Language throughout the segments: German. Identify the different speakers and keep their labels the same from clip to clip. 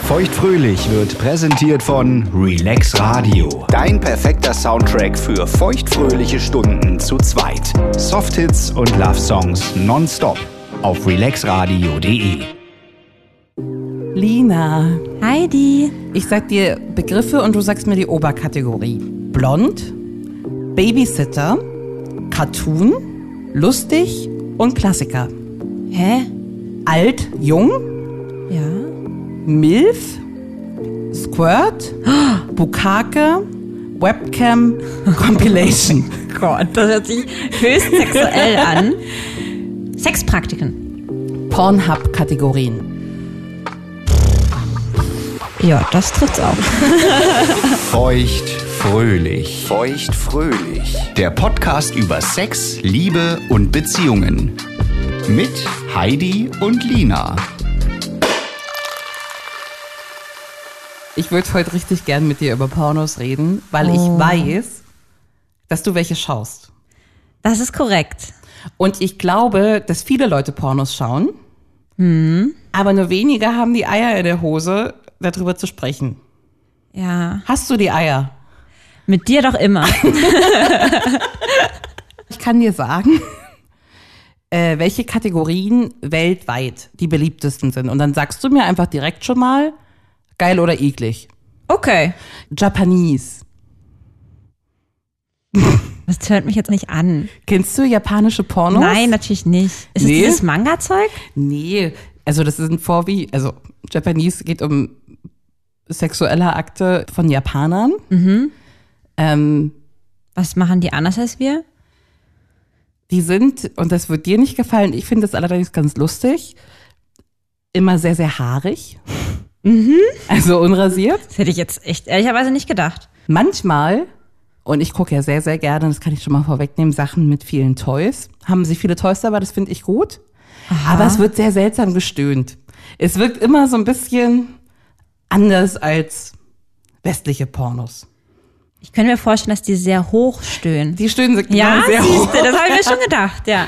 Speaker 1: Feuchtfröhlich wird präsentiert von Relax Radio. Dein perfekter Soundtrack für feuchtfröhliche Stunden zu zweit. Softhits und Love Songs nonstop auf relaxradio.de.
Speaker 2: Lina,
Speaker 3: Heidi.
Speaker 2: ich sag dir Begriffe und du sagst mir die Oberkategorie. Blond, Babysitter, Cartoon, lustig und Klassiker.
Speaker 3: Hä?
Speaker 2: Alt, jung,
Speaker 3: Ja.
Speaker 2: MILF, Squirt, Bukake, Webcam, Compilation.
Speaker 3: Gott, das hört sich höchst sexuell an. Sexpraktiken.
Speaker 2: Pornhub-Kategorien.
Speaker 3: Ja, das trifft's auch.
Speaker 1: Feuchtfröhlich. Feuchtfröhlich. Der Podcast über Sex, Liebe und Beziehungen. Mit Heidi und Lina.
Speaker 2: Ich würde heute richtig gern mit dir über Pornos reden, weil ich weiß, dass du welche schaust.
Speaker 3: Das ist korrekt.
Speaker 2: Und ich glaube, dass viele Leute Pornos schauen, aber nur wenige haben die Eier in der Hose, darüber zu sprechen.
Speaker 3: Ja.
Speaker 2: Hast du die Eier?
Speaker 3: Mit dir doch immer.
Speaker 2: Ich kann dir sagen, äh, welche Kategorien weltweit die beliebtesten sind. Und dann sagst du mir einfach direkt schon mal, geil oder eklig.
Speaker 3: Okay.
Speaker 2: Japanese.
Speaker 3: Das hört mich jetzt nicht an.
Speaker 2: Kennst du japanische Pornos?
Speaker 3: Nein, natürlich nicht. Ist
Speaker 2: Nee.
Speaker 3: es dieses Manga-Zeug?
Speaker 2: Nee, also das sind Vorwie, also Japanese geht um sexuelle Akte von Japanern. Ähm,
Speaker 3: Was machen die anders als wir?
Speaker 2: Die sind, und das wird dir nicht gefallen, ich finde das allerdings ganz lustig, immer sehr, sehr haarig. Also unrasiert.
Speaker 3: Das hätte ich jetzt echt ehrlicherweise nicht gedacht.
Speaker 2: Manchmal, und ich gucke ja sehr, sehr gerne, das kann ich schon mal vorwegnehmen, Sachen mit vielen Toys. Haben sie viele Toys dabei, das finde ich gut. Aber es wird sehr seltsam gestöhnt. Es wirkt immer so ein bisschen anders als westliche Pornos.
Speaker 3: Ich könnte mir vorstellen, dass die sehr hoch stöhnen.
Speaker 2: Die stöhnen sich
Speaker 3: Ja,
Speaker 2: immer sehr hoch.
Speaker 3: siehste, das habe ich mir schon gedacht, ja.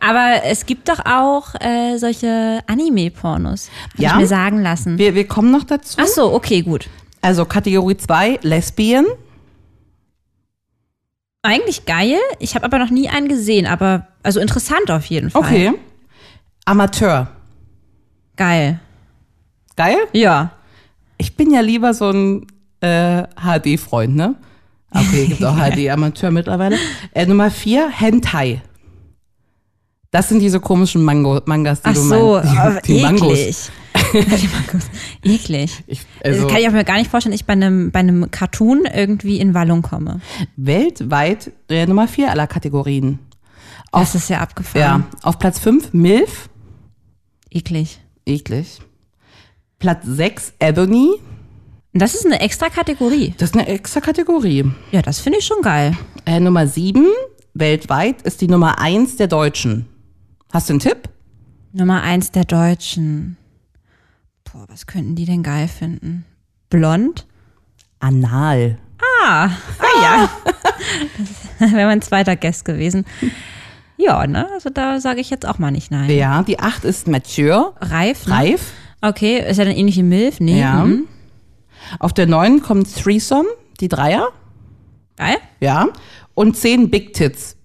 Speaker 3: Aber es gibt doch auch äh, solche Anime-Pornos, habe
Speaker 2: Ja.
Speaker 3: ich mir sagen lassen.
Speaker 2: Wir, wir kommen noch dazu.
Speaker 3: Ach so, okay, gut.
Speaker 2: Also Kategorie 2, Lesbien.
Speaker 3: Eigentlich geil. Ich habe aber noch nie einen gesehen, aber also interessant auf jeden Fall.
Speaker 2: Okay. Amateur.
Speaker 3: Geil.
Speaker 2: Geil?
Speaker 3: Ja.
Speaker 2: Ich bin ja lieber so ein äh, HD-Freund, ne? Okay, gibt auch HD-Amateur mittlerweile. Äh, Nummer vier, Hentai. Das sind diese komischen Mango Mangas, die
Speaker 3: Ach
Speaker 2: du
Speaker 3: so, aber
Speaker 2: meinst. Die, die Mangos.
Speaker 3: eklig. die Mangos. Eklig.
Speaker 2: Ich,
Speaker 3: Also,
Speaker 2: also,
Speaker 3: kann ich auch mir gar nicht vorstellen, dass ich bei einem, bei einem Cartoon irgendwie in Wallung komme.
Speaker 2: weltweit äh, Nummer vier aller Kategorien.
Speaker 3: Das ist ja abgefahren.
Speaker 2: Ja, auf Platz fünf Milf.
Speaker 3: Eklig.
Speaker 2: Eklig. Platz sechs Ebony.
Speaker 3: Und das ist eine extra Kategorie.
Speaker 2: Das ist eine extra Kategorie.
Speaker 3: Ja, das finde ich schon geil.
Speaker 2: Äh, Nummer sieben weltweit ist die Nummer eins der Deutschen. Hast du einen Tipp?
Speaker 3: Nummer eins der Deutschen. Boah, was könnten die denn geil finden? Blond?
Speaker 2: Anal.
Speaker 3: Wäre mein zweiter Guest gewesen. Ja, ne? Also da sage ich jetzt auch mal nicht nein.
Speaker 2: Ja, die 8 ist mature,
Speaker 3: Reif? ne?
Speaker 2: reif.
Speaker 3: Okay, ist ja dann ähnlich wie Milf, nee.
Speaker 2: Ja.
Speaker 3: mhm.
Speaker 2: Auf der 9 kommt Threesome, die Dreier.
Speaker 3: Geil?
Speaker 2: Ja. Und 10 Big Tits.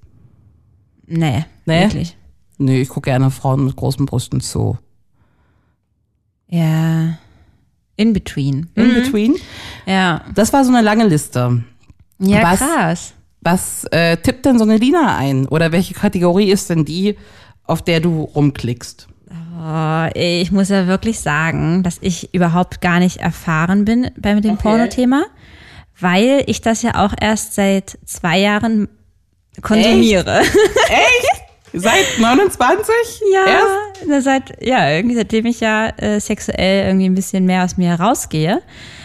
Speaker 3: Nee,
Speaker 2: Nee?
Speaker 3: wirklich.
Speaker 2: Nee, ich gucke gerne Frauen mit großen Brüsten zu.
Speaker 3: Ja. In between.
Speaker 2: In between.
Speaker 3: Ja.
Speaker 2: Das war so eine lange Liste.
Speaker 3: Ja,
Speaker 2: Was?
Speaker 3: krass.
Speaker 2: Was äh, tippt denn so eine Lina ein? Oder welche Kategorie ist denn die, auf der du rumklickst?
Speaker 3: Oh, ich muss ja wirklich sagen, dass ich überhaupt gar nicht erfahren bin bei dem Pornothema, weil ich das ja auch erst seit zwei Jahren konsumiere.
Speaker 2: Seit 29?
Speaker 3: Ja,
Speaker 2: Erst?
Speaker 3: na, seit, ja, irgendwie seitdem ich ja äh, sexuell irgendwie ein bisschen mehr aus mir herausgehe.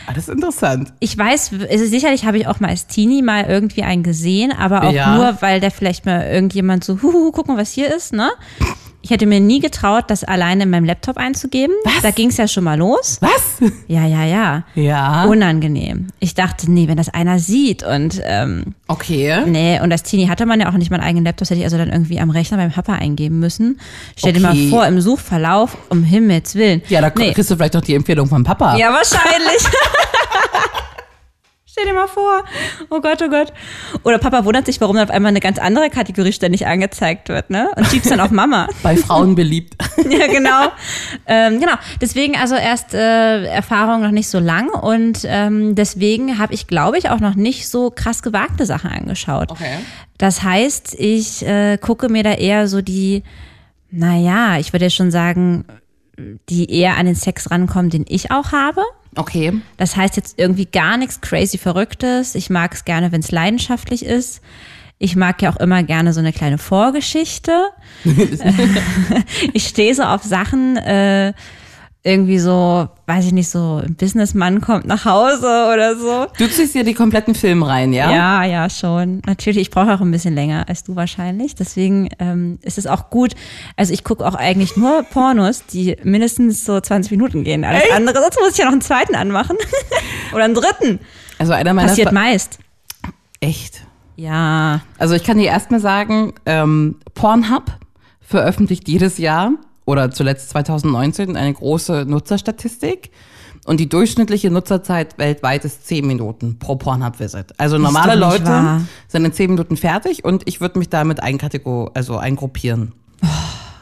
Speaker 2: Ah, das ist interessant.
Speaker 3: Ich weiß, es ist, sicherlich habe ich auch mal als Teenie mal irgendwie einen gesehen, aber auch
Speaker 2: Ja.
Speaker 3: nur, weil da vielleicht mal irgendjemand so, huhu, guck mal, was hier ist, ne? Ich hätte mir nie getraut, das alleine in meinem Laptop einzugeben.
Speaker 2: Was?
Speaker 3: Da ging es ja schon mal los.
Speaker 2: Was?
Speaker 3: Ja, ja, ja.
Speaker 2: Ja.
Speaker 3: Unangenehm. Ich dachte, nee, wenn das einer sieht und ähm,
Speaker 2: Okay.
Speaker 3: nee, und als Teenie hatte man ja auch nicht mal einen eigenen Laptop, das hätte ich also dann irgendwie am Rechner beim Papa eingeben müssen. Stell dir
Speaker 2: Okay.
Speaker 3: mal vor, im Suchverlauf, um Himmels Willen.
Speaker 2: Ja, da
Speaker 3: nee.
Speaker 2: kriegst du vielleicht noch die Empfehlung von Papa.
Speaker 3: Ja, wahrscheinlich. Stell dir mal vor. Oh Gott, oh Gott. Oder Papa wundert sich, warum dann auf einmal eine ganz andere Kategorie ständig angezeigt wird, ne? Und schiebt dann auf Mama.
Speaker 2: Bei Frauen beliebt.
Speaker 3: ja, genau. ähm, genau. Deswegen also erst äh, Erfahrung noch nicht so lang und ähm, deswegen habe ich, glaube ich, auch noch nicht so krass gewagte Sachen angeschaut.
Speaker 2: Okay.
Speaker 3: Das heißt, ich äh, gucke mir da eher so die, naja, ich würde ja schon sagen, die eher an den Sex rankommen, den ich auch habe.
Speaker 2: Okay.
Speaker 3: Das heißt jetzt irgendwie gar nichts crazy Verrücktes. Ich mag es gerne, wenn es leidenschaftlich ist. Ich mag ja auch immer gerne so eine kleine Vorgeschichte. ich stehe so auf Sachen, äh, irgendwie so, weiß ich nicht, so ein Businessmann kommt nach Hause oder so.
Speaker 2: Du ziehst dir die kompletten Film rein, ja?
Speaker 3: Ja, ja, schon. Natürlich, ich brauche auch ein bisschen länger als du wahrscheinlich. Deswegen ähm, ist es auch gut. Also ich gucke auch eigentlich nur Pornos, die mindestens so 20 Minuten gehen. Alles andere, sonst muss ich ja noch einen zweiten anmachen. Oder einen dritten.
Speaker 2: Also einer meiner
Speaker 3: Passiert
Speaker 2: Fa-
Speaker 3: meist.
Speaker 2: Echt.
Speaker 3: Ja.
Speaker 2: Also ich kann dir erstmal sagen, ähm, Pornhub veröffentlicht jedes Jahr oder zuletzt 2019 eine große Nutzerstatistik. Und die durchschnittliche Nutzerzeit weltweit ist 10 Minuten pro Pornhub-Visit. Also normale
Speaker 3: doch nicht
Speaker 2: Leute
Speaker 3: wahr.
Speaker 2: sind in 10 Minuten fertig und ich würde mich damit einkategor also eingruppieren.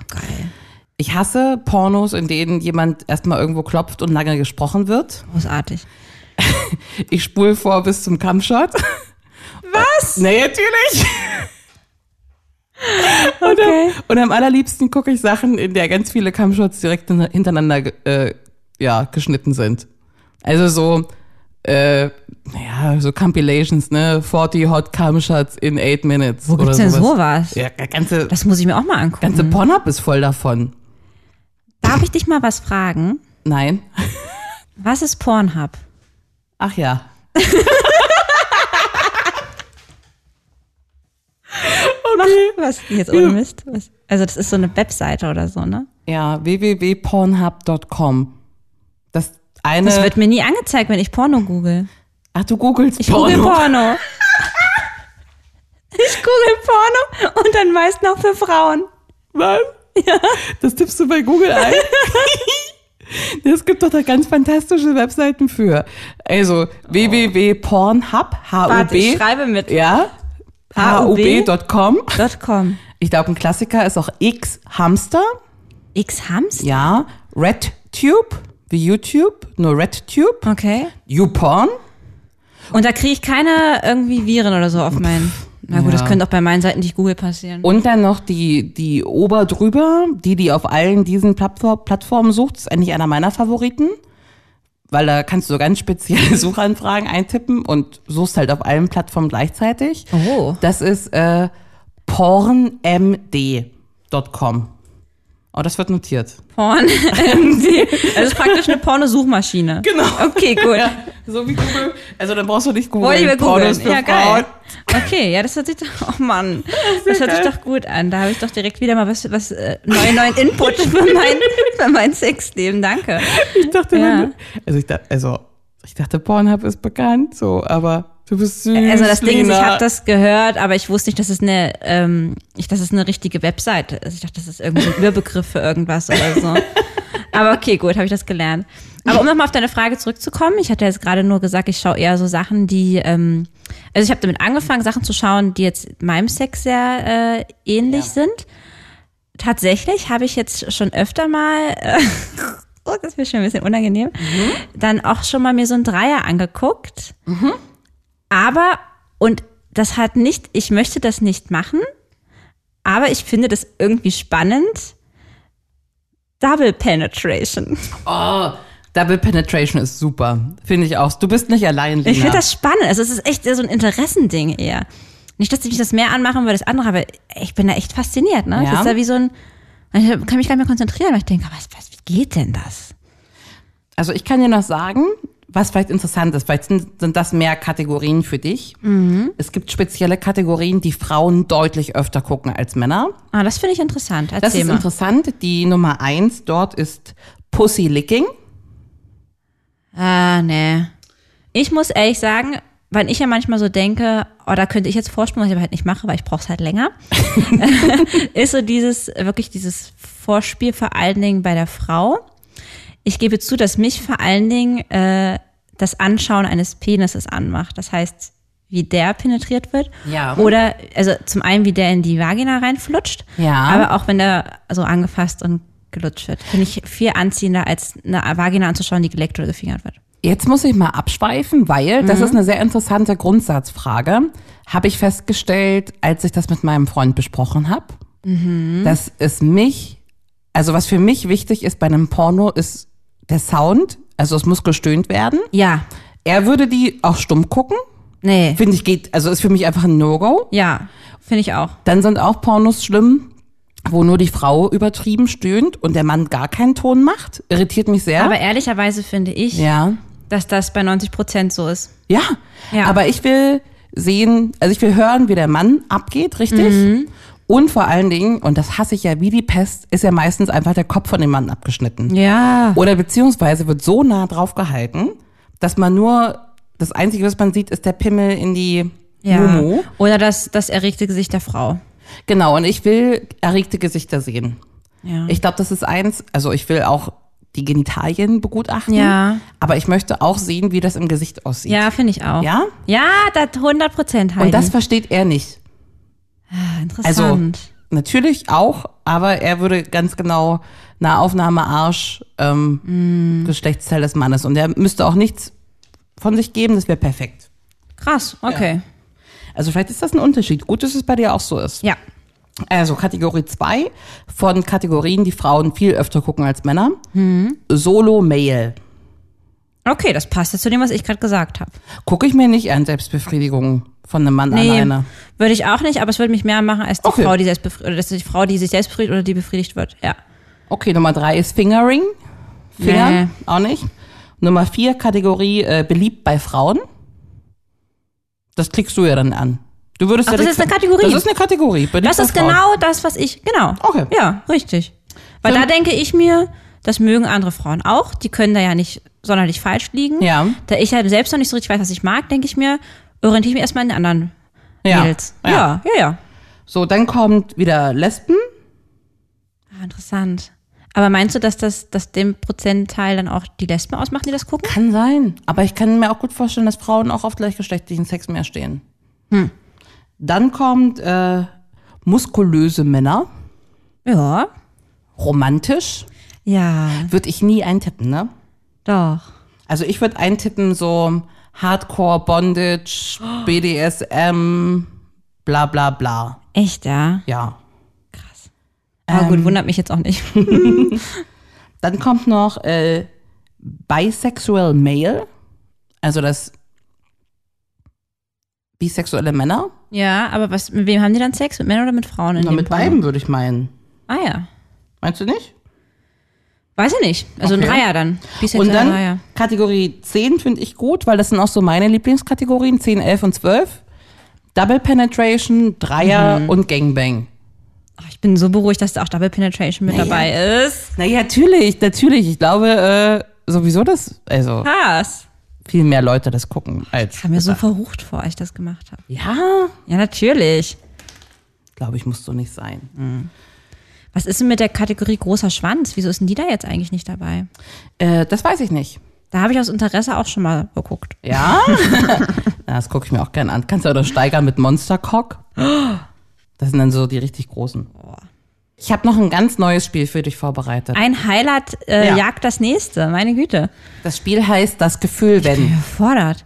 Speaker 3: Geil.
Speaker 2: Ich hasse Pornos, in denen jemand erstmal irgendwo klopft und lange gesprochen wird.
Speaker 3: Großartig.
Speaker 2: Ich spule vor bis zum Kampfshot. Was? Nee, natürlich.
Speaker 3: Okay.
Speaker 2: Und am allerliebsten gucke ich Sachen, in der ganz viele Kampfshots direkt hin- hintereinander äh, ja, geschnitten sind. Also so, äh, naja, so Compilations, ne? 40 Hot Camshots in 8 Minutes. Wo
Speaker 3: gibt's denn sowas?
Speaker 2: Ja, der ganze,
Speaker 3: Das mhm. muss ich mir auch mal angucken.
Speaker 2: ganze Pornhub ist voll davon.
Speaker 3: Darf ich dich mal was fragen?
Speaker 2: Nein.
Speaker 3: Was ist Pornhub?
Speaker 2: Ach ja.
Speaker 3: Mach, was jetzt ohne Mist? Was, also das ist so eine Webseite oder so, ne?
Speaker 2: Ja, www.pornhub.com. Das eine.
Speaker 3: Das wird mir nie angezeigt, wenn ich Porno google.
Speaker 2: ach, du googelst
Speaker 3: Ich google Porno. Ich google Porno und dann meist noch für Frauen.
Speaker 2: Was? Das tippst du bei Google ein. Es gibt doch da ganz fantastische Webseiten für. Also www.pornhub,
Speaker 3: Oh. Warte, ich
Speaker 2: H-U-B,
Speaker 3: schreibe mit.
Speaker 2: ja, hub.com.
Speaker 3: .com.
Speaker 2: Ich glaube, ein Klassiker ist auch X-Hamster,
Speaker 3: X-Hams?
Speaker 2: ja, RedTube, wie YouTube, nur RedTube,
Speaker 3: Okay.
Speaker 2: YouPorn,
Speaker 3: Und da kriege ich keine irgendwie Viren oder so auf meinen. Na gut,
Speaker 2: ja.
Speaker 3: das könnte auch bei meinen Seiten nicht Google passieren.
Speaker 2: Und dann noch die, die Ober drüber, die, die auf allen diesen Plattform, Plattformen sucht, ist eigentlich einer meiner Favoriten. Weil da kannst du so ganz spezielle Suchanfragen eintippen und suchst halt auf allen Plattformen gleichzeitig.
Speaker 3: Oh.
Speaker 2: Das ist äh, pornmd.com. Oh, das wird notiert.
Speaker 3: Porn. das ist praktisch eine Pornosuchmaschine.
Speaker 2: Genau.
Speaker 3: Okay, gut.
Speaker 2: Ja, so wie Google. Also dann brauchst du nicht Google.
Speaker 3: Wollte ich mir
Speaker 2: Pornos
Speaker 3: googeln.
Speaker 2: für
Speaker 3: Ja,
Speaker 2: Frauen.
Speaker 3: geil. Okay, ja, das hört sich doch, oh Mann, das hört sich doch gut an. Da habe ich doch direkt wieder mal was, was äh, neuen, neuen Input für mein, für mein Sexleben. Danke.
Speaker 2: Ich dachte,
Speaker 3: Ja.
Speaker 2: man- also ich dachte, also ich dachte, Pornhub ist bekannt, so, aber du bist süß.
Speaker 3: Also das Ding ist, ich
Speaker 2: Lena.
Speaker 3: habe das gehört, aber ich wusste nicht, dass es eine, ähm, ich, dass es eine richtige Webseite ist. Ich dachte, das ist irgendwie ein Überbegriff für irgendwas oder so. Aber okay, gut, habe ich das gelernt. Aber um nochmal auf deine Frage zurückzukommen, ich hatte jetzt gerade nur gesagt, ich schaue eher so Sachen, die, ähm, also ich habe damit angefangen, Sachen zu schauen, die jetzt meinem Sex sehr äh, ähnlich sind. Tatsächlich habe ich jetzt schon öfter mal, äh, oh, das ist mir schon ein bisschen unangenehm, dann auch schon mal mir so ein Dreier angeguckt. Aber, und das hat nicht, ich möchte das nicht machen, aber ich finde das irgendwie spannend. Double Penetration.
Speaker 2: Oh, Double Penetration ist super. Finde ich auch. Du bist nicht allein, Lena.
Speaker 3: Ich finde das spannend. Also es ist echt so ein Interessending eher. Nicht, dass ich mich das mehr anmachen würde, das andere, aber ich bin da echt fasziniert, ne?
Speaker 2: Ja.
Speaker 3: Das ist da wie so ein, ich kann mich gar nicht mehr konzentrieren, weil ich denke, was, was, wie geht denn das?
Speaker 2: also ich kann dir noch sagen, was vielleicht interessant ist. Vielleicht sind, sind das mehr Kategorien für dich.
Speaker 3: Mhm.
Speaker 2: Es gibt spezielle Kategorien, die Frauen deutlich öfter gucken als Männer.
Speaker 3: Ah, das finde ich interessant. Erzähl
Speaker 2: Das ist
Speaker 3: mal.
Speaker 2: interessant. Die Nummer eins dort ist Pussy Licking.
Speaker 3: Ah, nee. Ich muss ehrlich sagen, wenn ich ja manchmal so denke, oh, da könnte ich jetzt vorspulen, was ich aber halt nicht mache, weil ich brauche es halt länger, ist so dieses, wirklich dieses Vorspiel vor allen Dingen bei der Frau. Ich gebe zu, dass mich vor allen Dingen äh, das Anschauen eines Penises anmacht. Das heißt, wie der penetriert wird.
Speaker 2: Ja.
Speaker 3: Oder, also zum einen, wie der in die Vagina reinflutscht.
Speaker 2: Ja.
Speaker 3: Aber auch wenn der so angefasst und gelutscht wird. Finde ich viel anziehender, als eine Vagina anzuschauen, die geleckt oder gefingert wird.
Speaker 2: Jetzt muss ich mal abschweifen, weil das ist eine sehr interessante Grundsatzfrage. Habe ich festgestellt, als ich das mit meinem Freund besprochen habe, dass es mich, also was für mich wichtig ist bei einem Porno, ist der Sound. Also es muss gestöhnt werden.
Speaker 3: Ja.
Speaker 2: Er würde die auch stumm gucken.
Speaker 3: Nee.
Speaker 2: Finde ich geht, also ist für mich einfach ein No-Go.
Speaker 3: Ja, finde ich auch.
Speaker 2: Dann sind auch Pornos schlimm, wo nur die Frau übertrieben stöhnt und der Mann gar keinen Ton macht. Irritiert mich sehr.
Speaker 3: Aber ehrlicherweise finde ich,
Speaker 2: ja.
Speaker 3: dass das bei 90 Prozent so ist.
Speaker 2: Ja,
Speaker 3: Ja.
Speaker 2: aber ich will sehen, also ich will hören, wie der Mann abgeht, richtig?
Speaker 3: Mhm.
Speaker 2: Und vor allen Dingen, und das hasse ich ja wie die Pest, ist ja meistens einfach der Kopf von dem Mann abgeschnitten.
Speaker 3: Ja.
Speaker 2: Oder beziehungsweise wird so nah drauf gehalten, dass man nur, das Einzige, was man sieht, ist der Pimmel in die
Speaker 3: ja.
Speaker 2: Mumu.
Speaker 3: Oder das, das erregte Gesicht der Frau.
Speaker 2: Genau, und ich will erregte Gesichter sehen.
Speaker 3: Ja.
Speaker 2: Ich glaube, das ist eins, also ich will auch die Genitalien begutachten,
Speaker 3: Ja.
Speaker 2: aber ich möchte auch sehen, wie das im Gesicht aussieht.
Speaker 3: ja, finde ich auch.
Speaker 2: Ja?
Speaker 3: Ja, das 100 Prozent
Speaker 2: Und das versteht er nicht. Also
Speaker 3: Interessant.
Speaker 2: natürlich auch, aber er würde ganz genau Nahaufnahme, Arsch, ähm, Geschlechtsteil des Mannes. Und er müsste auch nichts von sich geben, das wäre perfekt.
Speaker 3: Krass, okay.
Speaker 2: Also vielleicht ist das ein Unterschied. Gut, dass es bei dir auch so ist.
Speaker 3: Ja.
Speaker 2: Also Kategorie 2 von Kategorien, die Frauen viel öfter gucken als Männer. Solo-Mail.
Speaker 3: Okay, das passt jetzt zu dem, was ich gerade gesagt habe.
Speaker 2: Gucke ich mir nicht an, Selbstbefriedigung von einem Mann alleine.
Speaker 3: würde ich auch nicht, aber es würde mich mehr machen als die
Speaker 2: Okay.
Speaker 3: Frau, die selbst befriedigt, oder das ist die Frau, die sich selbst befriedigt oder die befriedigt wird. Ja.
Speaker 2: Okay, Nummer 3 ist Fingering. Finger,
Speaker 3: Nee.
Speaker 2: auch nicht. Nummer 4, Kategorie äh, beliebt bei Frauen. Das klickst du ja dann an. Du würdest
Speaker 3: Ach,
Speaker 2: ja
Speaker 3: das
Speaker 2: die-
Speaker 3: ist eine Kategorie.
Speaker 2: Das ist eine Kategorie. beliebt
Speaker 3: Das
Speaker 2: bei
Speaker 3: ist
Speaker 2: Frauen.
Speaker 3: genau das, was ich. Genau.
Speaker 2: Okay.
Speaker 3: Ja, richtig. Weil
Speaker 2: Dann-
Speaker 3: da denke ich mir, das mögen andere Frauen auch. Die können da ja nicht sonderlich falsch liegen.
Speaker 2: Ja.
Speaker 3: Da ich ja selbst noch nicht so richtig weiß, was ich mag, denke ich mir, orientiere ich mich erstmal an den anderen
Speaker 2: Ja.
Speaker 3: Mädels.
Speaker 2: Ja.
Speaker 3: ja, ja. ja.
Speaker 2: So, dann kommt wieder Lesben.
Speaker 3: Ah, interessant. Aber meinst du, dass das dass dem Prozentteil dann auch die Lesben ausmachen, die das gucken?
Speaker 2: Kann sein. Aber ich kann mir auch gut vorstellen, dass Frauen auch auf gleichgeschlechtlichen Sex mehr stehen.
Speaker 3: Hm.
Speaker 2: Dann kommt äh, muskulöse Männer.
Speaker 3: Ja.
Speaker 2: Romantisch.
Speaker 3: Ja,
Speaker 2: Würde ich nie eintippen, ne?
Speaker 3: doch.
Speaker 2: Also ich würde eintippen so Hardcore, Bondage, BDSM, bla bla bla.
Speaker 3: Echt, ja.
Speaker 2: Ja.
Speaker 3: Aber Ah, gut, wundert mich jetzt auch nicht.
Speaker 2: Dann kommt noch äh, Bisexual Male, also das bisexuelle Männer.
Speaker 3: ja, aber was, mit wem haben die dann Sex? Mit Männern oder mit Frauen? In
Speaker 2: Na,
Speaker 3: dem
Speaker 2: mit
Speaker 3: Porno?
Speaker 2: beiden würde ich meinen.
Speaker 3: Ah ja.
Speaker 2: Meinst du nicht?
Speaker 3: Weiß ich nicht. Also
Speaker 2: Okay.
Speaker 3: ein Dreier dann.
Speaker 2: Und dann
Speaker 3: Dreier.
Speaker 2: Kategorie 10 finde ich gut, weil das sind auch so meine Lieblingskategorien, 10, 11 und 12. Double Penetration, Dreier
Speaker 3: Mhm.
Speaker 2: und Gangbang.
Speaker 3: Ach, ich bin so beruhigt, dass da auch Double Penetration mit dabei ist.
Speaker 2: Naja, natürlich, natürlich. Ich glaube äh, sowieso, dass also
Speaker 3: Krass.
Speaker 2: viel mehr Leute das gucken als.
Speaker 3: Kam mir so verrucht vor, als ich das gemacht habe.
Speaker 2: Ja,
Speaker 3: Ja, natürlich.
Speaker 2: glaube ich, muss so nicht sein. Hm.
Speaker 3: Was ist denn mit der Kategorie großer Schwanz? Wieso ist denn die da jetzt eigentlich nicht dabei?
Speaker 2: Äh, das weiß ich nicht.
Speaker 3: Da habe ich aus Interesse auch schon mal geguckt.
Speaker 2: Ja, Na, das gucke ich mir auch gerne an. Kannst du oder steigern mit Monster Cock? Das sind dann so die richtig großen. Ich habe noch ein ganz neues Spiel für dich vorbereitet.
Speaker 3: Ein Highlight äh,
Speaker 2: Ja.
Speaker 3: jagt das nächste. Meine Güte.
Speaker 2: Das Spiel heißt das Gefühl, wenn.
Speaker 3: Überfordert.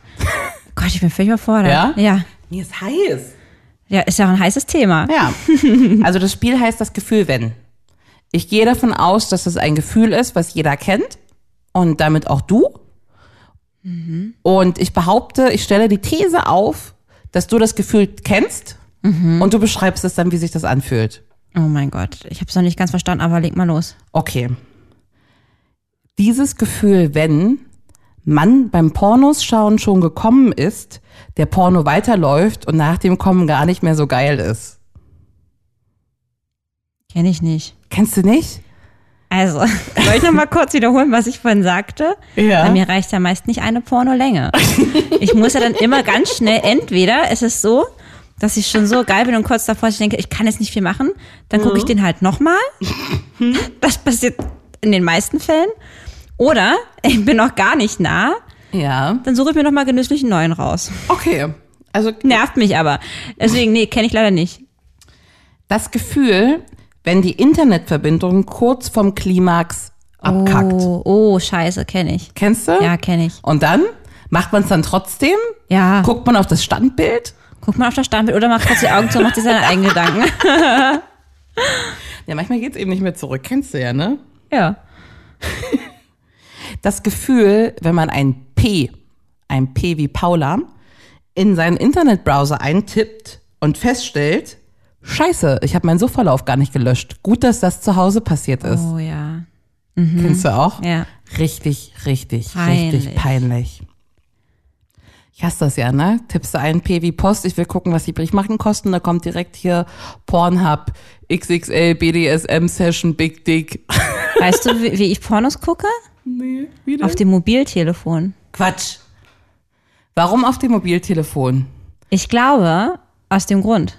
Speaker 3: Gott, ich bin völlig überfordert.
Speaker 2: Ja?
Speaker 3: ja?
Speaker 2: Mir ist heiß.
Speaker 3: Ja, ist ja auch ein heißes Thema.
Speaker 2: Ja. Also das Spiel heißt das Gefühl wenn. Ich gehe davon aus, dass es ein Gefühl ist, was jeder kennt und damit auch du. Und ich behaupte, ich stelle die These auf, dass du das Gefühl kennst und du beschreibst es dann, wie sich das anfühlt.
Speaker 3: Oh mein Gott, ich habe es noch nicht ganz verstanden, aber leg mal los.
Speaker 2: Okay. Dieses Gefühl wenn Mann beim Pornos schauen schon gekommen ist, der Porno weiterläuft und nach dem Kommen gar nicht mehr so geil ist.
Speaker 3: Kenne ich nicht.
Speaker 2: Kennst du nicht?
Speaker 3: Also, soll ich nochmal kurz wiederholen, was ich vorhin sagte?
Speaker 2: Ja.
Speaker 3: Bei mir reicht ja meist nicht eine Pornolänge. Ich muss ja dann immer ganz schnell, entweder es ist so, dass ich schon so geil bin und kurz davor ich denke, ich kann jetzt nicht viel machen, dann gucke
Speaker 2: Mhm.
Speaker 3: ich den halt nochmal. Das passiert in den meisten Fällen. Oder ich bin noch gar nicht nah,
Speaker 2: Ja.
Speaker 3: dann suche ich mir nochmal genüsslich einen neuen raus.
Speaker 2: Okay. Also
Speaker 3: Nervt mich aber. Deswegen, nee, kenne ich leider nicht.
Speaker 2: das Gefühl, wenn die Internetverbindung kurz vom Klimax abkackt.
Speaker 3: Oh, oh scheiße, kenne ich.
Speaker 2: Kennst du?
Speaker 3: Ja, kenne ich. Ah.
Speaker 2: Und dann macht man es dann trotzdem?
Speaker 3: Ja.
Speaker 2: Guckt man auf das Standbild?
Speaker 3: Guck mal auf das Standbild oder macht kurz die Augen zu und macht sich seine eigenen Gedanken.
Speaker 2: Ja, manchmal geht's eben nicht mehr zurück. Kennst du ja, ne?
Speaker 3: Ja.
Speaker 2: das Gefühl, wenn man ein P, ein P wie Paula, in seinen Internetbrowser eintippt und feststellt, Scheiße, ich habe meinen Suchverlauf gar nicht gelöscht. Gut, dass das zu Hause passiert ist.
Speaker 3: Oh ja.
Speaker 2: Kennst du auch?
Speaker 3: Ja.
Speaker 2: Richtig, richtig, richtig
Speaker 3: Peinlich.
Speaker 2: peinlich. Ich hasse das ja, ne? Tippst du ein P wie Post, ich will gucken, was die Briefmarken kosten, da kommt direkt hier Pornhub, XXL, BDSM Session, Big Dick.
Speaker 3: Weißt du, wie, wie ich Pornos gucke?
Speaker 2: Nee, wieder.
Speaker 3: Auf dem Mobiltelefon.
Speaker 2: Quatsch. Warum auf dem Mobiltelefon?
Speaker 3: Ich glaube, aus dem Grund.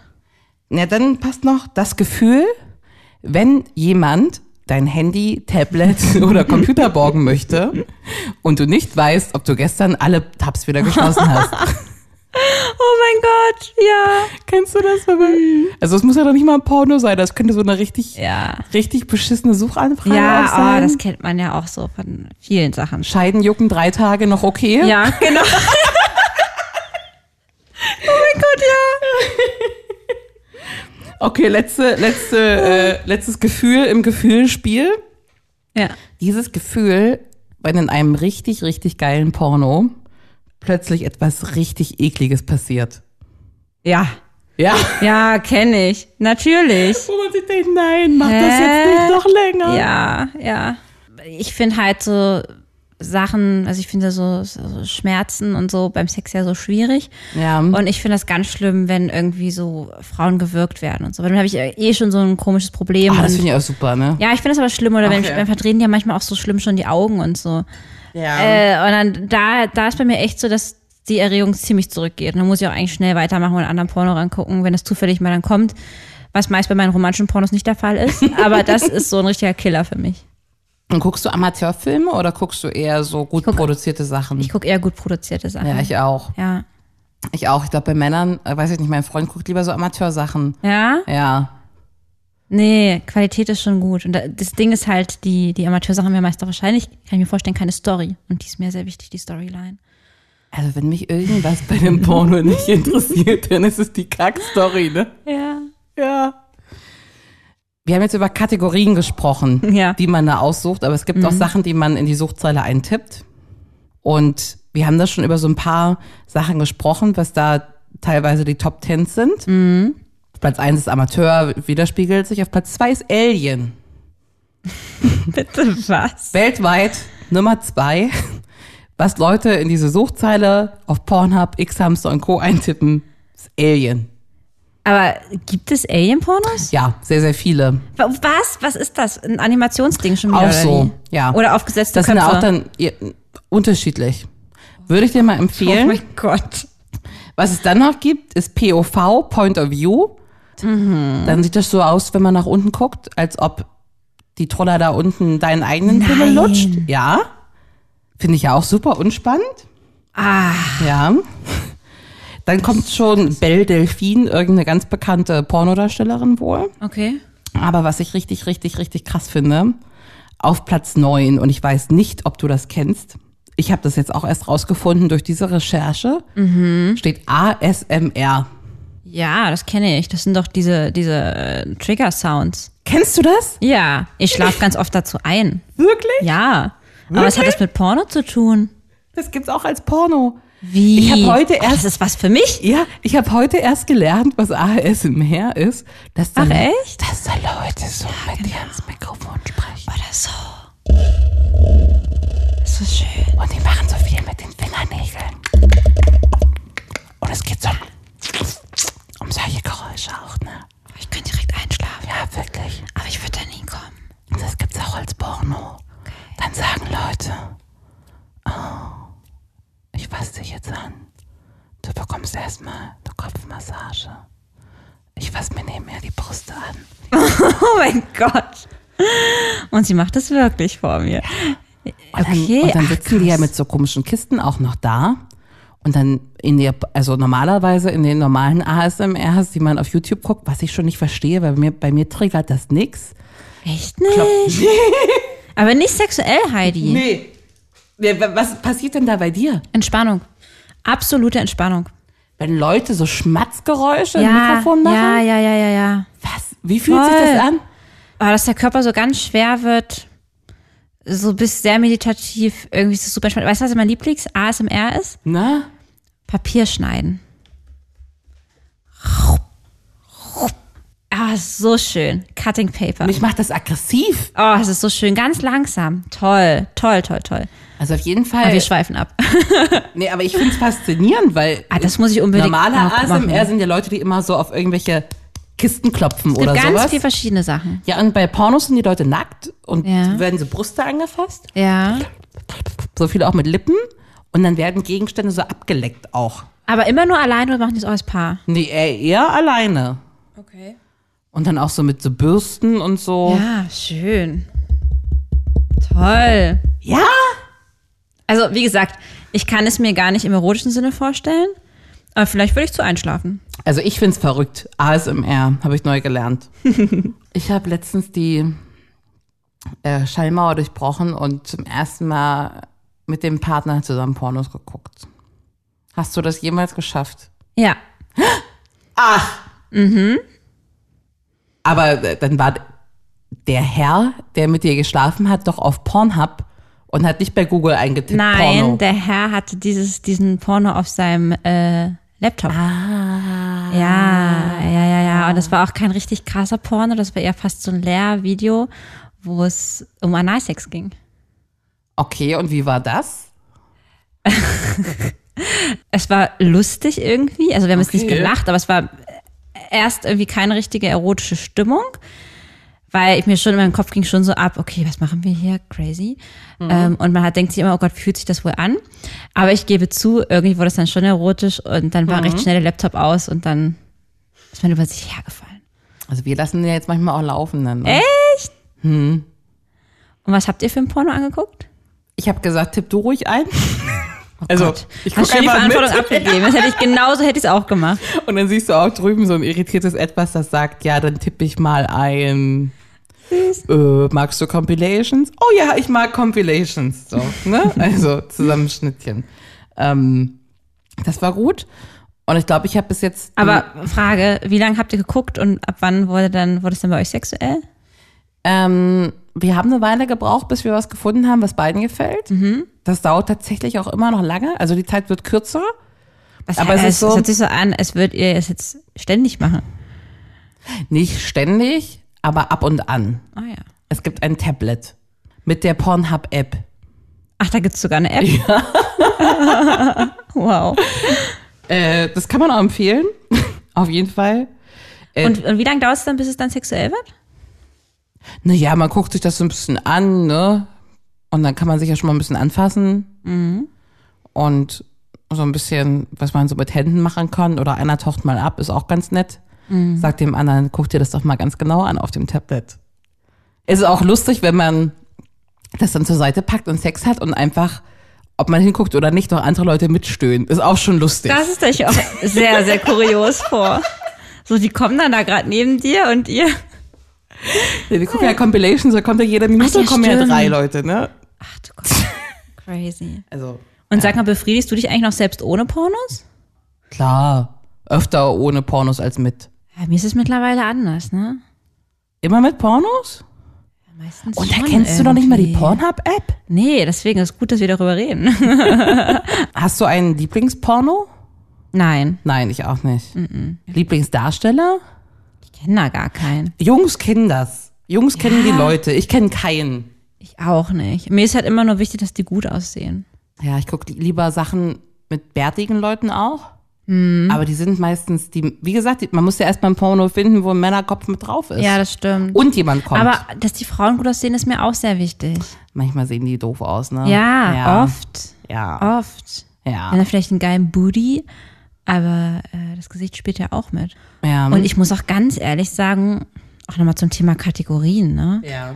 Speaker 2: Na, dann passt noch das Gefühl, wenn jemand dein Handy, Tablet oder Computer borgen möchte und du nicht weißt, ob du gestern alle Tabs wieder geschlossen hast.
Speaker 3: Oh mein Gott, ja.
Speaker 2: Kennst du das? Also es muss ja doch nicht mal ein Porno sein, das könnte so eine richtig,
Speaker 3: Hm. Ja.
Speaker 2: richtig beschissene Suchanfrage auch
Speaker 3: Ja,
Speaker 2: sein.
Speaker 3: oh, das kennt man ja auch so von vielen Sachen.
Speaker 2: Scheiden jucken drei Tage noch okay.
Speaker 3: Ja, genau. oh mein Gott, ja.
Speaker 2: Okay, letzte, letzte, äh, letztes Gefühl im Gefühlspiel.
Speaker 3: Ja.
Speaker 2: dieses Gefühl, wenn in einem richtig, richtig geilen Porno plötzlich etwas richtig Ekliges passiert.
Speaker 3: Ja.
Speaker 2: Ja.
Speaker 3: Ja, kenne ich. Natürlich.
Speaker 2: Wo man sich denkt, nein, mach
Speaker 3: das jetzt nicht
Speaker 2: noch länger.
Speaker 3: Ja, ja. Ich finde halt so Sachen, also ich finde so, so Schmerzen und so beim Sex ja so schwierig.
Speaker 2: Ja.
Speaker 3: Und ich finde das ganz schlimm, wenn irgendwie so Frauen gewirkt werden und so. Weil dann habe ich eh schon so ein komisches Problem.
Speaker 2: Ah, das
Speaker 3: und
Speaker 2: finde ich auch super, ne?
Speaker 3: ja, ich finde das aber schlimm, oder wenn
Speaker 2: Okay.
Speaker 3: beim Verdrehen ja manchmal auch so schlimm schon die Augen und so.
Speaker 2: Ja.
Speaker 3: Äh, und dann da, da ist bei mir echt so, dass die Erregung ziemlich zurückgeht. Und dann muss ich auch eigentlich schnell weitermachen und einen anderen Porno rangucken, wenn das zufällig mal dann kommt. Was meist bei meinen romantischen Pornos nicht der Fall ist. Aber das ist so ein richtiger Killer für mich.
Speaker 2: Und guckst du Amateurfilme oder guckst du eher so gut produzierte Sachen?
Speaker 3: Ich gucke eher gut produzierte Sachen.
Speaker 2: ja, ich auch.
Speaker 3: ja.
Speaker 2: Ich auch. Ich glaube, bei Männern, äh, weiß ich nicht, mein Freund guckt lieber so Amateursachen.
Speaker 3: Ja?
Speaker 2: Ja.
Speaker 3: Nee, Qualität ist schon gut. Und da- das Ding ist halt, die, die Amateursachen haben ja meist auch wahrscheinlich, kann ich mir vorstellen, keine Story. Und die ist mir sehr wichtig, die Storyline.
Speaker 2: Also, wenn mich irgendwas bei dem Porno nicht interessiert, dann ist es die Kackstory, ne?
Speaker 3: Ja.
Speaker 2: Ja. Wir haben jetzt über Kategorien gesprochen,
Speaker 3: Ja.
Speaker 2: die man da aussucht, aber es gibt auch Sachen, die man in die Suchzeile eintippt. Und wir haben da schon über so ein paar Sachen gesprochen, was da teilweise die Top Tens sind. Auf Platz eins ist Amateur, widerspiegelt sich. Auf Platz zwei ist Alien.
Speaker 3: Bitte was?
Speaker 2: Weltweit Nummer zwei, was Leute in diese Suchzeile auf Pornhub, X-Hamster und Co. eintippen, ist Alien.
Speaker 3: Aber gibt es Alien-Pornos?
Speaker 2: Ja, sehr, sehr viele.
Speaker 3: Wa- Was? Was ist das? Ein Animationsding schon wieder?
Speaker 2: Auch
Speaker 3: oder
Speaker 2: so,
Speaker 3: wie?
Speaker 2: ja.
Speaker 3: Oder aufgesetzte
Speaker 2: Das sind
Speaker 3: Köpfe.
Speaker 2: ja auch dann ja, unterschiedlich. Würde ich dir mal
Speaker 3: oh
Speaker 2: empfehlen.
Speaker 3: mein Gott.
Speaker 2: Was es dann noch gibt, ist POV, Point of View. Dann sieht das so aus, wenn man nach unten guckt, als ob die Troller da unten deinen eigenen Pimmel lutscht. Ja. Finde ich ja auch super unspannend. Ah. Ja. Dann kommt schon Belle Delphine, irgendeine ganz bekannte Pornodarstellerin wohl.
Speaker 3: Okay.
Speaker 2: Aber was ich richtig, richtig, richtig krass finde, auf Platz 9, und ich weiß nicht, ob du das kennst, ich habe das jetzt auch erst rausgefunden durch diese Recherche,
Speaker 3: Mhm.
Speaker 2: steht ASMR.
Speaker 3: Ja, das kenne ich. Das sind doch diese, diese äh, Trigger-Sounds.
Speaker 2: Kennst du das?
Speaker 3: Ja, ich schlafe ganz oft dazu ein.
Speaker 2: Wirklich?
Speaker 3: Ja. Aber was hat das mit Porno zu tun?
Speaker 2: Das gibt's auch als Porno.
Speaker 3: Wie?
Speaker 2: Ich hab heute
Speaker 3: oh, das
Speaker 2: erst-
Speaker 3: ist was für mich?
Speaker 2: Ja, ich habe heute erst gelernt, was ASMR ist. Dass da,
Speaker 3: Ach, echt? genau.
Speaker 2: Dass da Leute so mit dir ins Mikrofon sprechen.
Speaker 3: Oder so. So schön.
Speaker 2: Und die machen so viel Fingernägeln. Und es geht so um, um solche Geräusche auch, ne?
Speaker 3: Ich könnte direkt einschlafen,
Speaker 2: Ja, wirklich.
Speaker 3: aber ich würde da nie kommen.
Speaker 2: Und das gibt's auch als Porno. Dann sagen Leute, oh, ich fasse dich jetzt an. Du bekommst erstmal eine Kopfmassage. Ich fasse mir nebenher die Brust an.
Speaker 3: Oh mein Gott. Und sie macht das wirklich vor mir.
Speaker 2: Und dann,
Speaker 3: Okay,
Speaker 2: und dann
Speaker 3: ach,
Speaker 2: sitzen die ja mit so komischen Kisten auch noch da. Und dann in der, also normalerweise in den normalen ASMRs, die man auf YouTube guckt, was ich schon nicht verstehe, weil mir, bei mir triggert das nix.
Speaker 3: Echt nicht? aber nicht sexuell, Heidi.
Speaker 2: Nee. Was passiert denn da bei dir?
Speaker 3: Entspannung. Absolute Entspannung.
Speaker 2: Wenn Leute so Schmatzgeräusche im
Speaker 3: Ja,
Speaker 2: Mikrofon machen?
Speaker 3: ja, ja, ja, ja, ja.
Speaker 2: Was? Wie fühlt sich
Speaker 3: Voll.
Speaker 2: das an?
Speaker 3: Aber dass der Körper so ganz schwer wird, so bis sehr meditativ, irgendwie ist das super spannend. Weißt du, was mein Lieblings-ASMR ist?
Speaker 2: Na?
Speaker 3: Papier schneiden. Ah, ist so schön. Cutting Paper.
Speaker 2: Mich macht das aggressiv.
Speaker 3: Oh, es ist so schön. Ganz langsam. Toll, toll, toll, toll.
Speaker 2: Also auf jeden Fall.
Speaker 3: Aber wir schweifen ab.
Speaker 2: nee, aber ich find's faszinierend, weil
Speaker 3: Ah, das muss ich unbedingt
Speaker 2: normale
Speaker 3: noch machen.
Speaker 2: ASMR sind ja Leute, die immer so auf irgendwelche Kisten klopfen
Speaker 3: Es
Speaker 2: oder
Speaker 3: gibt ganz
Speaker 2: sowas.
Speaker 3: viele verschiedene Sachen.
Speaker 2: Ja, und bei Pornos sind die Leute nackt und
Speaker 3: Ja.
Speaker 2: werden so Brüste angefasst.
Speaker 3: Ja.
Speaker 2: So viele auch mit Lippen. Und dann werden Gegenstände so abgeleckt auch.
Speaker 3: Aber immer nur allein oder machen die es auch als Paar?
Speaker 2: Nee, eher, eher alleine.
Speaker 3: Okay.
Speaker 2: Und dann auch so mit so Bürsten und so.
Speaker 3: Ja, schön. Toll.
Speaker 2: Ja?
Speaker 3: Also, wie gesagt, ich kann es mir gar nicht im erotischen Sinne vorstellen. Aber vielleicht würde ich zu einschlafen.
Speaker 2: Also ich find's verrückt. ASMR habe ich neu gelernt. ich habe letztens die äh, Schallmauer durchbrochen und zum ersten Mal mit dem Partner zusammen Pornos geguckt. Hast du das jemals geschafft?
Speaker 3: Ja.
Speaker 2: Aber äh, dann war der Herr, der mit dir geschlafen hat, doch auf Pornhub und hat nicht bei Google eingetippt.
Speaker 3: Nein,
Speaker 2: Porno.
Speaker 3: der Herr hatte dieses, diesen Porno auf seinem äh, Laptop. Ah. Ja, ja, ja, ja. Und das war auch kein richtig krasser Porno. Das war eher fast so ein Lehrvideo, wo es um Analsex ging.
Speaker 2: Okay, und wie war das?
Speaker 3: Es war lustig irgendwie. Also wir haben jetzt nicht
Speaker 2: Okay.
Speaker 3: gelacht, aber es war erst irgendwie keine richtige erotische Stimmung, weil ich mir schon in meinem Kopf ging schon so ab, okay, was machen wir hier? Crazy.
Speaker 2: Mhm.
Speaker 3: Ähm, und man hat, denkt sich immer, oh Gott, wie fühlt sich das wohl an? Aber ich gebe zu, irgendwie wurde es dann schon erotisch und dann war
Speaker 2: Mhm.
Speaker 3: recht schnell der Laptop aus und dann ist man über sich hergefallen.
Speaker 2: Also wir lassen den ja jetzt manchmal auch laufen. Dann, ne?
Speaker 3: Und was habt ihr für ein Porno angeguckt?
Speaker 2: Ich habe gesagt, tipp du ruhig ein.
Speaker 3: Oh
Speaker 2: Also,
Speaker 3: Gott.
Speaker 2: ich
Speaker 3: hast
Speaker 2: guck
Speaker 3: schon die
Speaker 2: einfach mit.
Speaker 3: Verantwortung abgegeben. Das hätte ich genauso hätte ich es auch gemacht.
Speaker 2: Und dann siehst du auch drüben so ein irritiertes Etwas, das sagt, ja, dann tippe ich mal ein. Äh, magst du Compilations? Oh ja, ich mag Compilations. So, ne? Also Zusammenschnittchen. Ähm, das war gut. Und ich glaube, ich habe bis jetzt. Mhm.
Speaker 3: Aber Frage, wie lange habt ihr geguckt und ab wann wurde dann wurde es denn bei euch sexuell?
Speaker 2: Ähm, wir haben eine Weile gebraucht, bis wir was gefunden haben, was beiden gefällt. Das dauert tatsächlich auch immer noch lange. Also die Zeit wird kürzer.
Speaker 3: Was,
Speaker 2: Aber es ist so-
Speaker 3: hört sich so an, als würdet ihr es jetzt ständig machen.
Speaker 2: Nicht ständig, aber ab und an.
Speaker 3: Ah ja.
Speaker 2: Es gibt ein Tablet mit der Pornhub-App.
Speaker 3: Ach, da gibt's sogar eine App. wow.
Speaker 2: Äh, das kann man auch empfehlen. Auf jeden Fall.
Speaker 3: Und, und wie lange dauert es dann, bis es dann sexuell wird?
Speaker 2: Naja, man guckt sich das so ein bisschen an, ne? Und dann kann man sich ja schon mal ein bisschen anfassen.
Speaker 3: Mhm.
Speaker 2: Und so ein bisschen, was man so mit Händen machen kann. Oder einer taucht mal ab, ist auch ganz nett.
Speaker 3: Mhm.
Speaker 2: Sagt dem anderen, guck dir das doch mal ganz genau an auf dem Tablet. Es ist auch lustig, wenn man das dann zur Seite packt und Sex hat und einfach, ob man hinguckt oder nicht, noch andere Leute mitstöhnen. Ist auch schon lustig.
Speaker 3: Das ist euch auch sehr, sehr kurios vor. So, die kommen dann da gerade neben dir und ihr.
Speaker 2: Ja, wir gucken ja Compilations, da kommt ja jede Minute,
Speaker 3: Ach ja,
Speaker 2: kommen ja
Speaker 3: stimmt.
Speaker 2: drei Leute, ne?
Speaker 3: Ach du Gott. Crazy.
Speaker 2: Also,
Speaker 3: Und sag mal, befriedigst du dich eigentlich noch selbst ohne Pornos?
Speaker 2: klar, öfter ohne Pornos als mit.
Speaker 3: Ja, mir ist es mittlerweile anders, ne?
Speaker 2: Immer mit Pornos?
Speaker 3: Meistens
Speaker 2: Und da
Speaker 3: schon
Speaker 2: kennst du doch nicht mal die
Speaker 3: irgendwie.
Speaker 2: Pornhub-App?
Speaker 3: Nee, deswegen ist gut, dass wir darüber reden.
Speaker 2: Hast du einen Lieblingsporno?
Speaker 3: Nein,
Speaker 2: Nein, ich auch nicht. Lieblingsdarsteller?
Speaker 3: ich kenne da gar keinen.
Speaker 2: Jungs kennen das. Jungs kennen die Leute. Ich kenne keinen.
Speaker 3: Ich auch nicht. Mir ist halt immer nur wichtig, dass die gut aussehen.
Speaker 2: Ja, ich gucke lieber Sachen mit bärtigen Leuten auch.
Speaker 3: Mm.
Speaker 2: Aber die sind meistens, die, wie gesagt, die, man muss ja erstmal ein Porno finden, wo ein Männerkopf mit drauf ist.
Speaker 3: Ja, das stimmt.
Speaker 2: Und jemand kommt.
Speaker 3: Aber dass die Frauen gut aussehen, ist mir auch sehr wichtig.
Speaker 2: Manchmal sehen die doof aus, ne?
Speaker 3: Ja, oft.
Speaker 2: Ja.
Speaker 3: Oft.
Speaker 2: Ja.
Speaker 3: Wenn er vielleicht einen geilen Booty, aber äh, das Gesicht spielt ja auch mit.
Speaker 2: Ja.
Speaker 3: Und ich muss auch ganz ehrlich sagen, auch nochmal zum Thema Kategorien, ne?
Speaker 2: ja.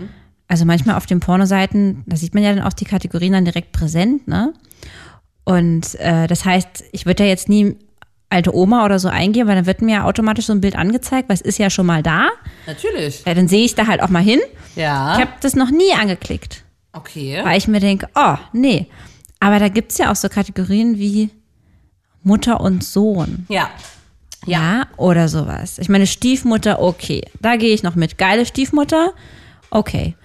Speaker 3: Also manchmal auf den Pornoseiten, da sieht man ja dann auch die Kategorien dann direkt präsent, ne? Und äh, das heißt, ich würde ja jetzt nie alte Oma oder so eingeben, weil dann wird mir ja automatisch so ein Bild angezeigt, weil es ist ja schon mal da.
Speaker 2: Natürlich.
Speaker 3: Ja, dann sehe ich da halt auch mal hin.
Speaker 2: Ja.
Speaker 3: Ich habe das noch nie angeklickt,
Speaker 2: okay.
Speaker 3: weil ich mir denke, oh, nee. Aber da gibt's ja auch so Kategorien wie Mutter und Sohn.
Speaker 2: Ja.
Speaker 3: Ja. oder sowas. Ich meine, Stiefmutter, okay. Da gehe ich noch mit. Geile Stiefmutter, okay.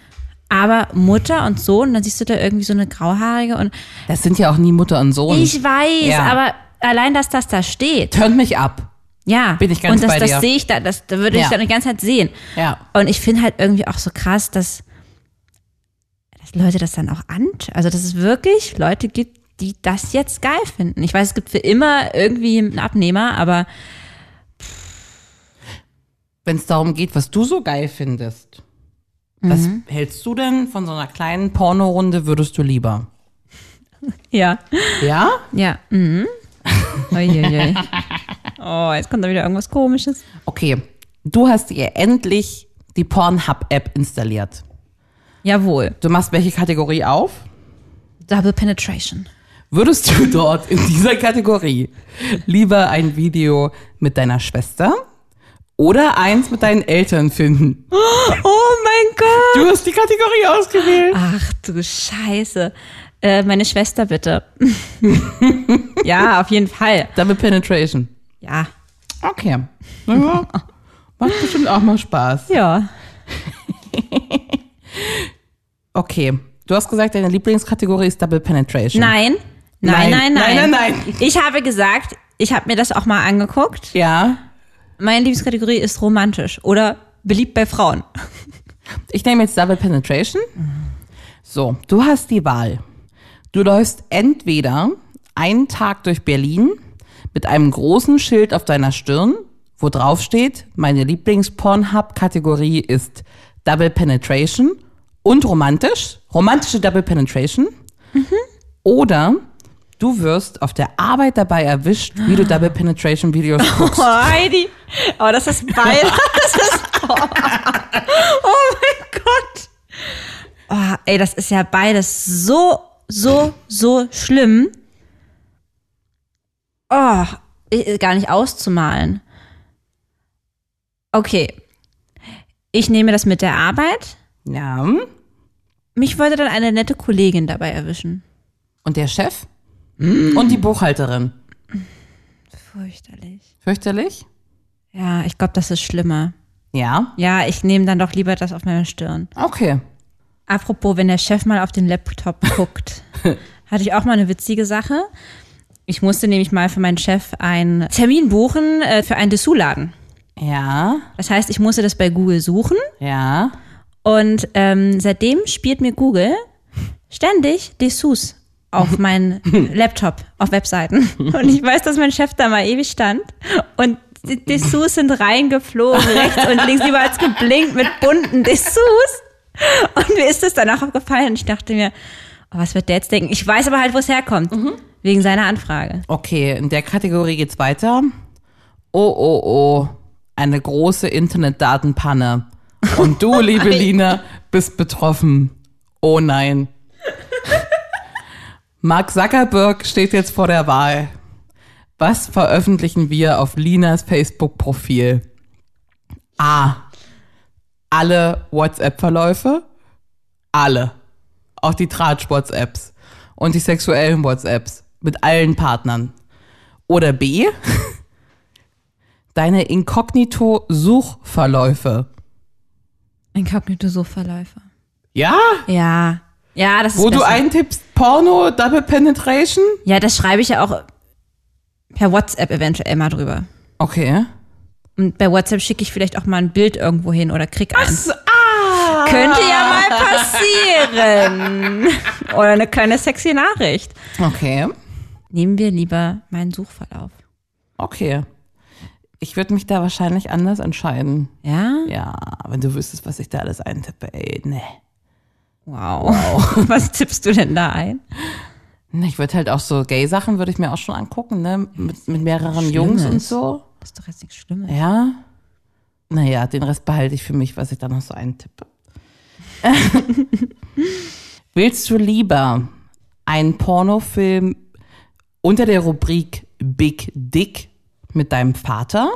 Speaker 3: Aber Mutter und Sohn, dann siehst du da irgendwie so eine grauhaarige und
Speaker 2: Das sind ja auch nie Mutter und Sohn.
Speaker 3: ich weiß,
Speaker 2: Ja.
Speaker 3: aber allein, dass das da steht,
Speaker 2: Turnt mich ab.
Speaker 3: ja.
Speaker 2: Bin ich ganz
Speaker 3: Und das,
Speaker 2: bei
Speaker 3: das
Speaker 2: dir.
Speaker 3: sehe ich da, das da würde ich
Speaker 2: Ja.
Speaker 3: dann die ganze Zeit sehen.
Speaker 2: Ja.
Speaker 3: Und ich finde halt irgendwie auch so krass, dass, dass Leute das dann auch an, also dass es wirklich Leute gibt, die das jetzt geil finden. Ich weiß, es gibt für immer irgendwie einen Abnehmer, aber
Speaker 2: Wenn es darum geht, was du so geil findest, was hältst du denn von so einer kleinen Pornorunde würdest du lieber?
Speaker 3: ja.
Speaker 2: Ja?
Speaker 3: Ja. Mhm. Uiuiui. Oh, jetzt kommt da wieder irgendwas komisches.
Speaker 2: Okay. Du hast ihr endlich die Pornhub-App installiert.
Speaker 3: Jawohl.
Speaker 2: Du machst welche Kategorie auf?
Speaker 3: Double Penetration.
Speaker 2: Würdest du dort in dieser Kategorie lieber ein Video mit deiner Schwester oder eins mit deinen Eltern finden?
Speaker 3: Oh mein Gott.
Speaker 2: Du hast die Kategorie ausgewählt.
Speaker 3: Ach du Scheiße. Äh, meine Schwester bitte. ja, auf jeden Fall.
Speaker 2: Double Penetration.
Speaker 3: Ja.
Speaker 2: Okay. Naja, macht bestimmt auch mal Spaß.
Speaker 3: Ja.
Speaker 2: Okay. Du hast gesagt, deine Lieblingskategorie ist Double Penetration.
Speaker 3: Nein. Nein, nein, nein.
Speaker 2: Nein, nein, nein.
Speaker 3: Ich habe gesagt, ich habe mir das auch mal angeguckt.
Speaker 2: Ja.
Speaker 3: Meine Lieblingskategorie ist romantisch oder beliebt bei Frauen.
Speaker 2: Ich nehme jetzt Double Penetration. So, du hast die Wahl. Du läufst entweder einen Tag durch Berlin mit einem großen Schild auf deiner Stirn, wo drauf steht, meine Lieblings-Pornhub-Kategorie ist Double Penetration und romantisch, romantische Double Penetration. Oder du wirst auf der Arbeit dabei erwischt, wie du Double Penetration Videos guckst.
Speaker 3: Oh, Heidi. Oh, das ist beide. Das ist, oh, oh mein Gott. Oh, ey, das ist ja beides so, so, so schlimm. Oh, i- gar nicht auszumalen. Okay. Ich nehme das mit der Arbeit.
Speaker 2: Ja.
Speaker 3: Mich wollte dann eine nette Kollegin dabei erwischen.
Speaker 2: Und der Chef? Und die Buchhalterin.
Speaker 3: Fürchterlich.
Speaker 2: Fürchterlich?
Speaker 3: Ja, ich glaube, das ist schlimmer.
Speaker 2: Ja.
Speaker 3: Ja, ich nehme dann doch lieber das auf meiner Stirn.
Speaker 2: Okay.
Speaker 3: Apropos, wenn der Chef mal auf den Laptop guckt, hatte ich auch mal eine witzige Sache. Ich musste nämlich mal für meinen Chef einen Termin buchen äh, für einen Dessous-Laden.
Speaker 2: Ja,
Speaker 3: Das heißt, ich musste das bei Google suchen
Speaker 2: ja.
Speaker 3: und ähm, seitdem spielt mir Google ständig Dessous auf meinen Laptop, auf Webseiten. Und ich weiß, dass mein Chef da mal ewig stand und die Dessous sind reingeflogen, rechts und links, überall hat's geblinkt mit bunten Dessous. Und mir ist das danach auch gefallen. Ich dachte mir, oh, was wird der jetzt denken? Ich weiß aber halt, wo es herkommt.
Speaker 2: Mhm.
Speaker 3: Wegen seiner Anfrage.
Speaker 2: Okay, in der Kategorie geht's weiter. Oh, oh, oh. Eine große Internetdatenpanne. Und du, liebe Lina, bist betroffen. Oh nein. Mark Zuckerberg steht jetzt vor der Wahl. Was veröffentlichen wir auf Linas Facebook-Profil? A. Alle WhatsApp-Verläufe. Alle. Auch die Tratsch-WhatsApps. Und die sexuellen WhatsApps. Mit allen Partnern. Oder B. Deine Inkognito-Suchverläufe.
Speaker 3: Inkognito Suchverläufe.
Speaker 2: Ja?
Speaker 3: Ja. Ja, das ist
Speaker 2: Wo du
Speaker 3: besser.
Speaker 2: eintippst, Porno, Double Penetration?
Speaker 3: Ja, das schreibe ich ja auch per WhatsApp eventuell mal drüber.
Speaker 2: Okay.
Speaker 3: Und bei WhatsApp schicke ich vielleicht auch mal ein Bild irgendwo hin oder krieg eins.
Speaker 2: Ah!
Speaker 3: Könnte ja mal passieren. Oder eine kleine sexy Nachricht.
Speaker 2: Okay.
Speaker 3: Nehmen wir lieber meinen Suchverlauf.
Speaker 2: Okay. Ich würde mich da wahrscheinlich anders entscheiden.
Speaker 3: Ja?
Speaker 2: Ja, wenn du wüsstest, was ich da alles eintippe, ey, ne. nee.
Speaker 3: Wow. Was tippst du denn da ein?
Speaker 2: Na, Ich würde halt auch so Gay-Sachen würde ich mir auch schon angucken, ne? Mit, mit mehreren Jungs und
Speaker 3: Schlimmes.
Speaker 2: so.
Speaker 3: Das ist doch jetzt nichts Schlimmes.
Speaker 2: Ja. Naja, den Rest behalte ich für mich, was ich da noch so eintippe. Willst du lieber einen Pornofilm unter der Rubrik Big Dick mit deinem Vater?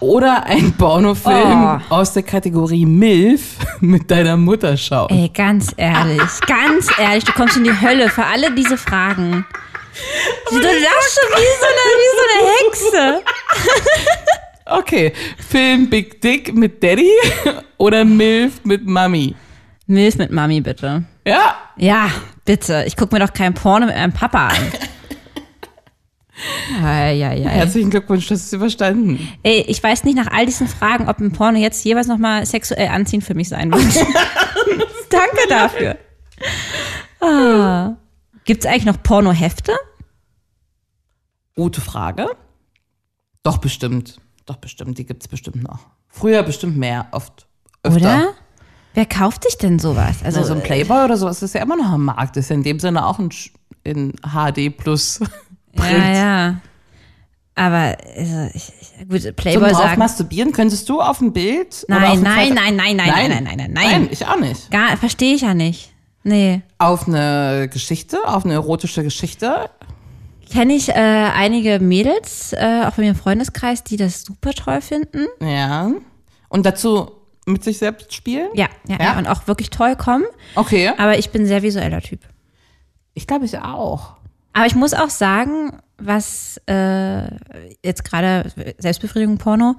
Speaker 2: Oder einen Pornofilm aus der Kategorie MILF mit deiner Mutter schauen?
Speaker 3: Ey, ganz ehrlich, ganz ehrlich, du kommst in die Hölle für alle diese Fragen. Du lachst schon wie so eine, wie so eine Hexe.
Speaker 2: Okay, Film Big Dick mit Daddy oder MILF mit Mami?
Speaker 3: Milch mit Mami, bitte.
Speaker 2: Ja,
Speaker 3: Ja, bitte. Ich gucke mir doch kein Porno mit meinem Papa an. Ei, ei, ei.
Speaker 2: herzlichen Glückwunsch, das ist überstanden.
Speaker 3: Ey, ich weiß nicht nach all diesen Fragen, ob ein Porno jetzt jeweils nochmal sexuell anziehend für mich sein wird. Danke dafür. Ah. Gibt's eigentlich noch Pornohefte?
Speaker 2: Gute Frage. Doch bestimmt. Doch bestimmt, die gibt's bestimmt noch. Früher bestimmt mehr, oft öfter.
Speaker 3: Oder? Wer kauft sich denn sowas? Also
Speaker 2: Also so ein Playboy oder sowas ist ja immer noch am Markt. Ist ja in dem Sinne auch ein Sch- in HD plus Print.
Speaker 3: Ja, ja. Aber also, ich, ich, gut,
Speaker 2: Zum
Speaker 3: Playboy
Speaker 2: drauf
Speaker 3: sagt.
Speaker 2: masturbieren, könntest du auf dem Bild?
Speaker 3: Nein,
Speaker 2: oder auf dem
Speaker 3: nein,
Speaker 2: Foto-
Speaker 3: nein, nein, nein, nein, nein, nein, nein.
Speaker 2: Nein, ich auch nicht.
Speaker 3: Gar, verstehe ich ja nicht. Nee.
Speaker 2: Auf eine Geschichte, auf eine erotische Geschichte.
Speaker 3: Kenne ich äh, einige Mädels, äh, auch bei mir im Freundeskreis, die das super toll finden.
Speaker 2: Ja. Und dazu mit sich selbst spielen?
Speaker 3: Ja, ja,
Speaker 2: Ja.
Speaker 3: ja. Und auch wirklich toll kommen.
Speaker 2: Okay.
Speaker 3: Aber ich bin sehr visueller Typ.
Speaker 2: Ich glaube, ich auch.
Speaker 3: Aber ich muss auch sagen, was äh, jetzt gerade Selbstbefriedigung Porno,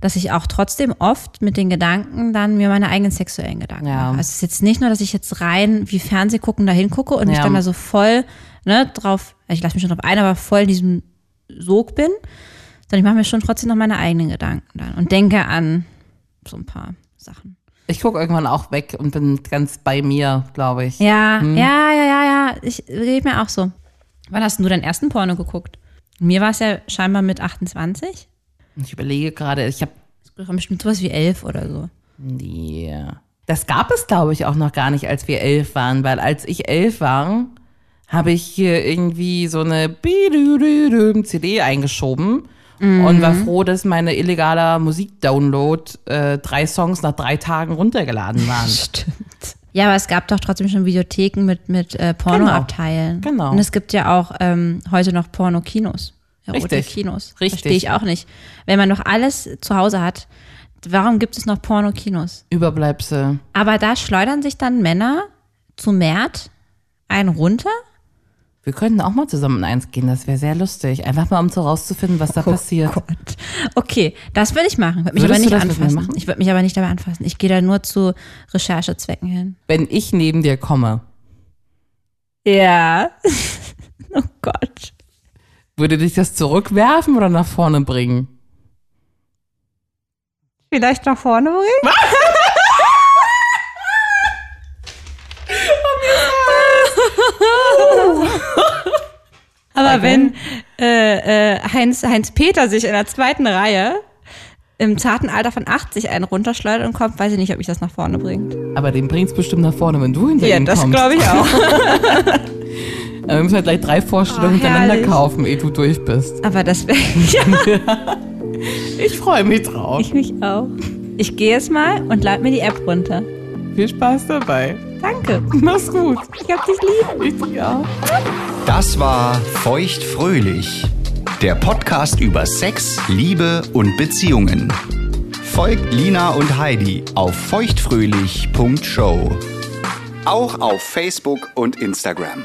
Speaker 3: dass ich auch trotzdem oft mit den Gedanken dann mir meine eigenen sexuellen Gedanken
Speaker 2: Ja.
Speaker 3: mache. Also es ist jetzt nicht nur, dass ich jetzt rein wie Fernseh gucken da hingucke und mich
Speaker 2: Ja.
Speaker 3: dann da so voll ne, drauf, ich lasse mich schon drauf ein, aber voll in diesem Sog bin, sondern ich mache mir schon trotzdem noch meine eigenen Gedanken dann und denke an so ein paar Sachen.
Speaker 2: Ich gucke irgendwann auch weg und bin ganz bei mir, glaube ich.
Speaker 3: Ja, ja, ja, ja, ja. Ich geht mir auch so. Wann hast denn du deinen ersten Porno geguckt? Mir war es ja scheinbar mit 28.
Speaker 2: Ich überlege gerade, ich habe
Speaker 3: Das war bestimmt sowas wie 11 oder so.
Speaker 2: nee. Das gab es, glaube ich, auch noch gar nicht, als wir elf waren, weil als ich elf war, habe ich hier irgendwie so eine Bidüdüdüm CD eingeschoben und war froh, dass meine illegaler Musikdownload äh, drei Songs nach drei Tagen runtergeladen waren.
Speaker 3: Ja, aber es gab doch trotzdem schon Videotheken mit, mit äh, Pornoabteilen.
Speaker 2: Genau, genau.
Speaker 3: Und es gibt ja auch ähm, heute noch Porno-Kinos.
Speaker 2: Richtig.
Speaker 3: Erotik-Kinos.
Speaker 2: Richtig.
Speaker 3: Verstehe ich auch nicht. Wenn man noch alles zu Hause hat, warum gibt es noch Porno-Kinos?
Speaker 2: Überbleibsel.
Speaker 3: Aber da schleudern sich dann Männer zu Mert einen runter
Speaker 2: Wir könnten auch mal zusammen in eins gehen, das wäre sehr lustig. Einfach mal, um so rauszufinden, was da passiert.
Speaker 3: Gott. Okay, das würde ich machen. Würde mich
Speaker 2: Würdest
Speaker 3: aber
Speaker 2: du das
Speaker 3: nicht
Speaker 2: mit mir
Speaker 3: anfassen.
Speaker 2: machen?
Speaker 3: Ich würde mich aber nicht dabei anfassen. Ich gehe da nur zu Recherchezwecken hin.
Speaker 2: Wenn ich neben dir komme,
Speaker 3: Ja. oh Gott.
Speaker 2: würde dich das zurückwerfen oder nach vorne bringen?
Speaker 3: Vielleicht nach vorne bringen? Aber wenn äh, äh, Heinz, Heinz Peter sich in der zweiten Reihe im zarten Alter von 80 einen runterschleudert und kommt, weiß ich nicht, ob ich das nach vorne bringt.
Speaker 2: Aber den bringt's bestimmt nach vorne, wenn du hinter
Speaker 3: Ja,
Speaker 2: ihm
Speaker 3: das
Speaker 2: kommst.
Speaker 3: glaube ich auch.
Speaker 2: Aber wir müssen halt gleich drei Vorstellungen
Speaker 3: Oh,
Speaker 2: hintereinander
Speaker 3: herrlich.
Speaker 2: kaufen, ehe du durch bist.
Speaker 3: Aber das wäre ja,
Speaker 2: Ich freue mich drauf.
Speaker 3: ich mich auch. Ich gehe jetzt mal und lade mir die App runter.
Speaker 2: Viel Spaß dabei.
Speaker 3: Danke.
Speaker 2: Mach's gut.
Speaker 3: Ich hab dich lieb.
Speaker 2: Ich dich auch.
Speaker 1: Das war Feuchtfröhlich, der Podcast über Sex, Liebe und Beziehungen. Folgt Lina und Heidi auf feuchtfröhlich.show. Auch auf Facebook und Instagram.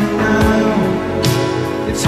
Speaker 4: It's